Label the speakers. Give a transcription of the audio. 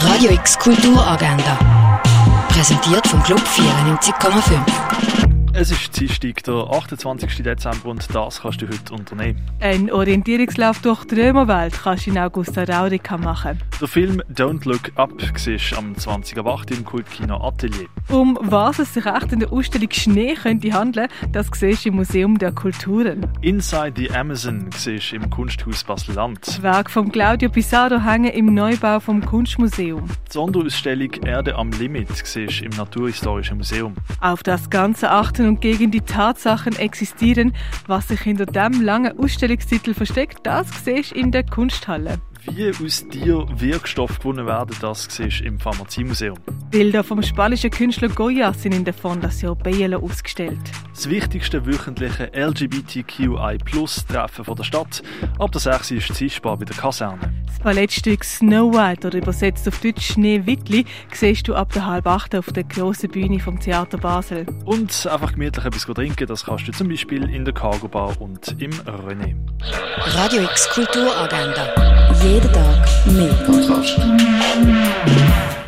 Speaker 1: Radio X Kulturagenda. Präsentiert vom Club 94,5.
Speaker 2: Es ist Dienstag, der 28. Dezember und das kannst du heute unternehmen.
Speaker 3: Ein Orientierungslauf durch die Römerwelt kannst du in Augusta Raurica machen.
Speaker 2: Der Film «Don't Look Up» siehst am 20.08. im Kultkino Atelier.
Speaker 3: Um was es sich echt in der Ausstellung «Schnee» könnte handeln, das siehst du im Museum der Kulturen.
Speaker 2: «Inside the Amazon» siehst im Kunsthaus Basel-Land.
Speaker 3: Werk von Claudio Pizarro hängen im Neubau vom Kunstmuseum.
Speaker 2: Die Sonderausstellung «Erde am Limit» siehst im Naturhistorischen Museum.
Speaker 3: Auf das ganze achten und gegen die Tatsachen existieren. Was sich hinter dem langen Ausstellungstitel versteckt, das siehst in der Kunsthalle.
Speaker 2: Wie aus dir Wirkstoff gewonnen werden, das siehst im Pharmaziemuseum.
Speaker 3: Bilder vom spanischen Künstler Goya sind in der Fondation Bielo ausgestellt.
Speaker 2: Das wichtigste wöchentliche LGBTQI-Treffen der Stadt. Ab der 6. ist Zischbar bei der Kaserne.
Speaker 3: Das Ballettstück Snow White oder übersetzt auf Deutsch Schneewittli siehst du ab der halb acht auf der grossen Bühne vom Theater Basel.
Speaker 2: Und einfach gemütlich etwas trinken, das kannst du zum Beispiel in der Cargo Bar und im René.
Speaker 1: Radio X Kulturagenda. Jeden Tag mehr.